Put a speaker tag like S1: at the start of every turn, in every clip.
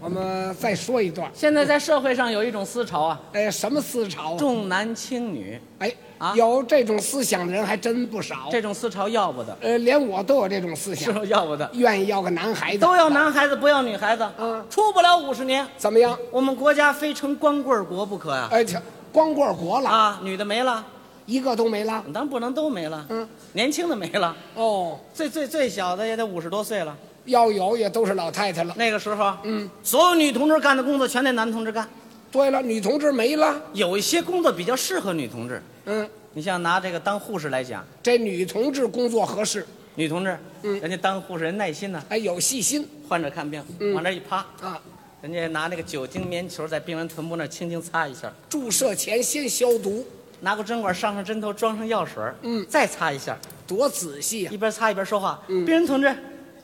S1: 我们再说一段。
S2: 现在在社会上有一种思潮啊，
S1: 哎，什么思潮？
S2: 重男轻女，
S1: 哎，
S2: 啊
S1: 有这种思想的人还真不少。
S2: 这种思潮要不得，
S1: 呃，连我都有这种思
S2: 是
S1: 想，
S2: 不是要不得？
S1: 愿意要个男孩子。
S2: 都要男孩子，不要女孩 子。
S1: 嗯
S2: 出不了五十年，
S1: 怎么样？
S2: 我们国家非成光棍儿国不可呀、
S1: 哎，瞧，光棍国
S2: 啊！
S1: 了，
S2: 啊，女的没了，
S1: 一个都没了。
S2: 当然不能都没了。
S1: 嗯，
S2: 年轻的没了，
S1: 哦，
S2: 最最最小的也得五十多岁了。
S1: 要有也都是老太太了。
S2: 那个时候，
S1: 嗯，
S2: 所有女同志干的工作全得男同志干，
S1: 对了，女同志没了。
S2: 有一些工作比较适合女同志。
S1: 嗯，
S2: 你像拿这个当护士来讲，
S1: 这女同志工作合适，
S2: 女同志，
S1: 嗯
S2: 人家当护士人耐心呐、
S1: 哎，有细心
S2: 患者看病、
S1: 嗯
S2: 往那儿一趴，
S1: 啊。
S2: 人家拿那个酒精棉球在病人臀部那儿轻轻擦一下，
S1: 注射前先消毒，
S2: 拿过针管上上针头，装上药水儿，
S1: 嗯
S2: 再擦一下，
S1: 多仔细呀、
S2: 一边擦一边说话。
S1: 嗯
S2: 病人同志，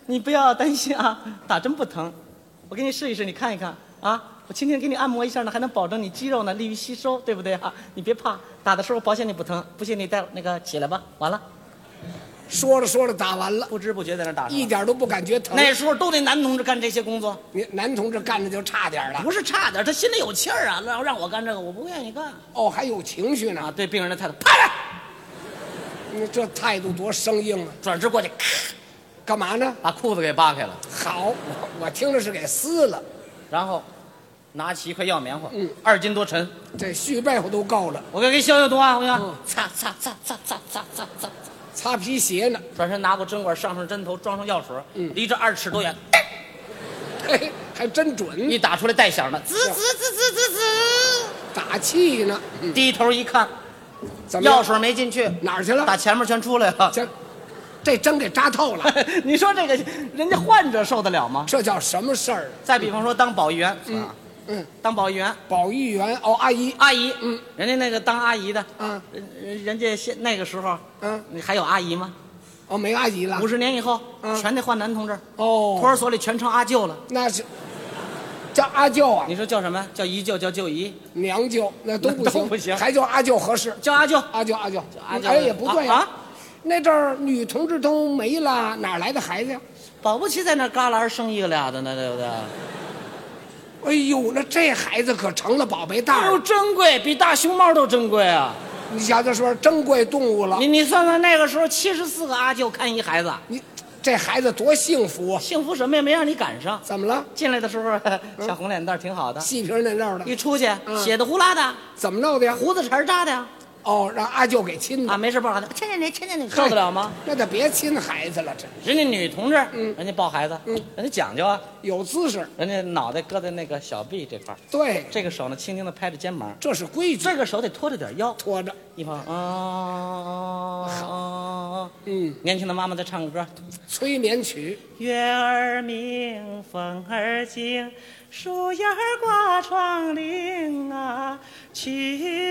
S2: 你不要担心啊， 打针不疼，我给你试一试，你看一看啊，我轻轻给你按摩一下呢，还能保证你肌肉呢利于吸收，对不对啊？你别怕，打的时候保险你不疼，不信你带那个起来吧。完了，
S1: 说着说着打完了，
S2: 不知不觉在那儿打上了
S1: 一点都不感觉疼。
S2: 啊那时候都得男同志干这些工作，
S1: 你男同志干的就差点了。
S2: 不是差点，他心里有气儿啊，让让我干这个，我不愿意干
S1: 哦，还有情绪呢
S2: 啊。。对病人的态度，啪着
S1: 你这态度多生硬啊！
S2: 转身过去，咔
S1: 干嘛呢？
S2: 把裤子给扒开了，
S1: 好，我我听着是给撕了，
S2: 然后拿起一块药棉花，
S1: 嗯
S2: 二斤多沉，
S1: 这续被我都够了，
S2: 我给给消消毒啊，我给你看
S1: 嗯
S2: 擦擦擦擦擦擦擦擦，
S1: 擦皮鞋呢。
S2: 转身拿过针管，上上针头，装上药水，
S1: 嗯
S2: 离这二尺多远，
S1: 嘿，还真准，
S2: 一打出来带响的，滋滋滋滋滋滋，
S1: 打气呢。啊嗯，
S2: 低头一看，
S1: 怎么样
S2: 药水没进去，
S1: 哪儿去了
S2: 打？前面全出来 了。
S1: 这这针给扎透了，
S2: 你说这个人家患者受得了吗？
S1: 这叫什么事儿？啊
S2: 再比方说当保育员，啊
S1: 嗯嗯，
S2: 当保育员
S1: 保育员哦，阿姨，
S2: 阿姨，
S1: 嗯，
S2: 人家那个当阿姨的，啊
S1: 嗯
S2: 人人人家现那个时候，
S1: 嗯，
S2: 你还有阿姨吗？
S1: 哦，没阿姨了
S2: 五。十年以后，
S1: 嗯
S2: 全得换男同志，托
S1: 哦，
S2: 儿所里全成阿舅了。
S1: 那是叫阿舅啊，
S2: 你说叫什么？叫姨舅，叫舅姨，
S1: 娘舅那都不
S2: 那
S1: 行，
S2: 都不行
S1: 还叫阿舅合适。
S2: 叫阿舅。
S1: 阿舅，阿舅，
S2: 阿舅
S1: 哎，也不对呀、
S2: 啊啊
S1: 那阵儿女同志都没了，哪来的孩子呀？
S2: 保不齐在那旮旯生一个俩的呢，对不对？
S1: 哎呦，那这孩子可成了宝贝蛋
S2: 哎呦，
S1: 儿，
S2: 珍贵，比大熊猫都珍贵啊！
S1: 你瞧瞧，是不是珍贵动物了？
S2: 你你算算那个时候，七十四个阿舅看一孩子，
S1: 你这孩子多幸福啊！
S2: 幸福什么也没让你赶上。
S1: 怎么了？
S2: 进来的时候，小红脸蛋儿挺好的，
S1: 细皮嫩肉的
S2: 一，出去
S1: 嗯
S2: 血的呼啦的，
S1: 怎么弄的呀？
S2: 胡子茬扎的呀！
S1: 哦，让阿舅给亲
S2: 啊，
S1: 的，
S2: 没事抱孩子，亲亲你，亲亲你，嗯受得了吗？
S1: 那得别亲孩子了，这
S2: 人家女同志，
S1: 嗯
S2: 人家抱孩子，
S1: 嗯
S2: 人家讲究啊，
S1: 有姿势。
S2: 人家脑袋搁在那个小臂这块儿，
S1: 对，
S2: 这个手呢轻轻的拍着肩膀，
S1: 这是规矩，
S2: 这个手得托着点腰，
S1: 拖着。
S2: 一旁啊啊啊，
S1: 嗯，
S2: 年轻的妈妈在唱歌，
S1: 催眠曲，
S2: 月儿明，风儿静，树叶儿挂窗棂啊，蛐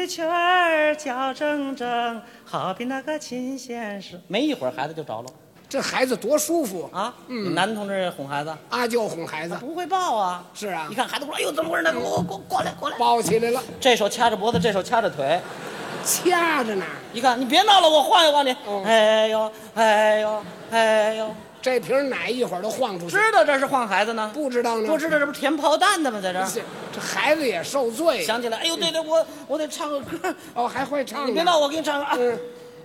S2: 蛐儿叫铮铮，好比那个琴弦声。没一会儿，孩子就着了
S1: 这孩子多舒服！
S2: 啊！嗯，男同志哄孩子
S1: 阿舅哄孩子，
S2: 不会抱啊，
S1: 是啊
S2: 一看孩子过来，哎呦，怎么回事？那个我过过来过来，
S1: 抱起来了，
S2: 这手掐着脖子，这手掐着腿，
S1: 掐着呢。
S2: 一看你别闹了，我晃一晃你
S1: 嗯。
S2: 哎呦，哎呦，哎呦，
S1: 这瓶奶一会儿都晃出去，
S2: 知道这是晃孩子呢？
S1: 不知道呢？
S2: 不知道这不是填炮弹的吗？在这儿。
S1: 这这孩子也受罪。
S2: 想起来，哎呦，对对，我我得唱个歌，
S1: 哦，还会唱呢。
S2: 你别闹，我给你唱个啊。
S1: 嗯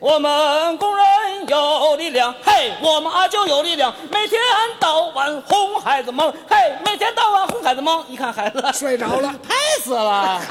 S2: 我们工人有力量，嘿，我们阿舅有力量，每天到晚 哄 孩子忙，嘿，每天到晚哄孩子忙。一看孩子，
S1: 睡着了
S2: 拍死了，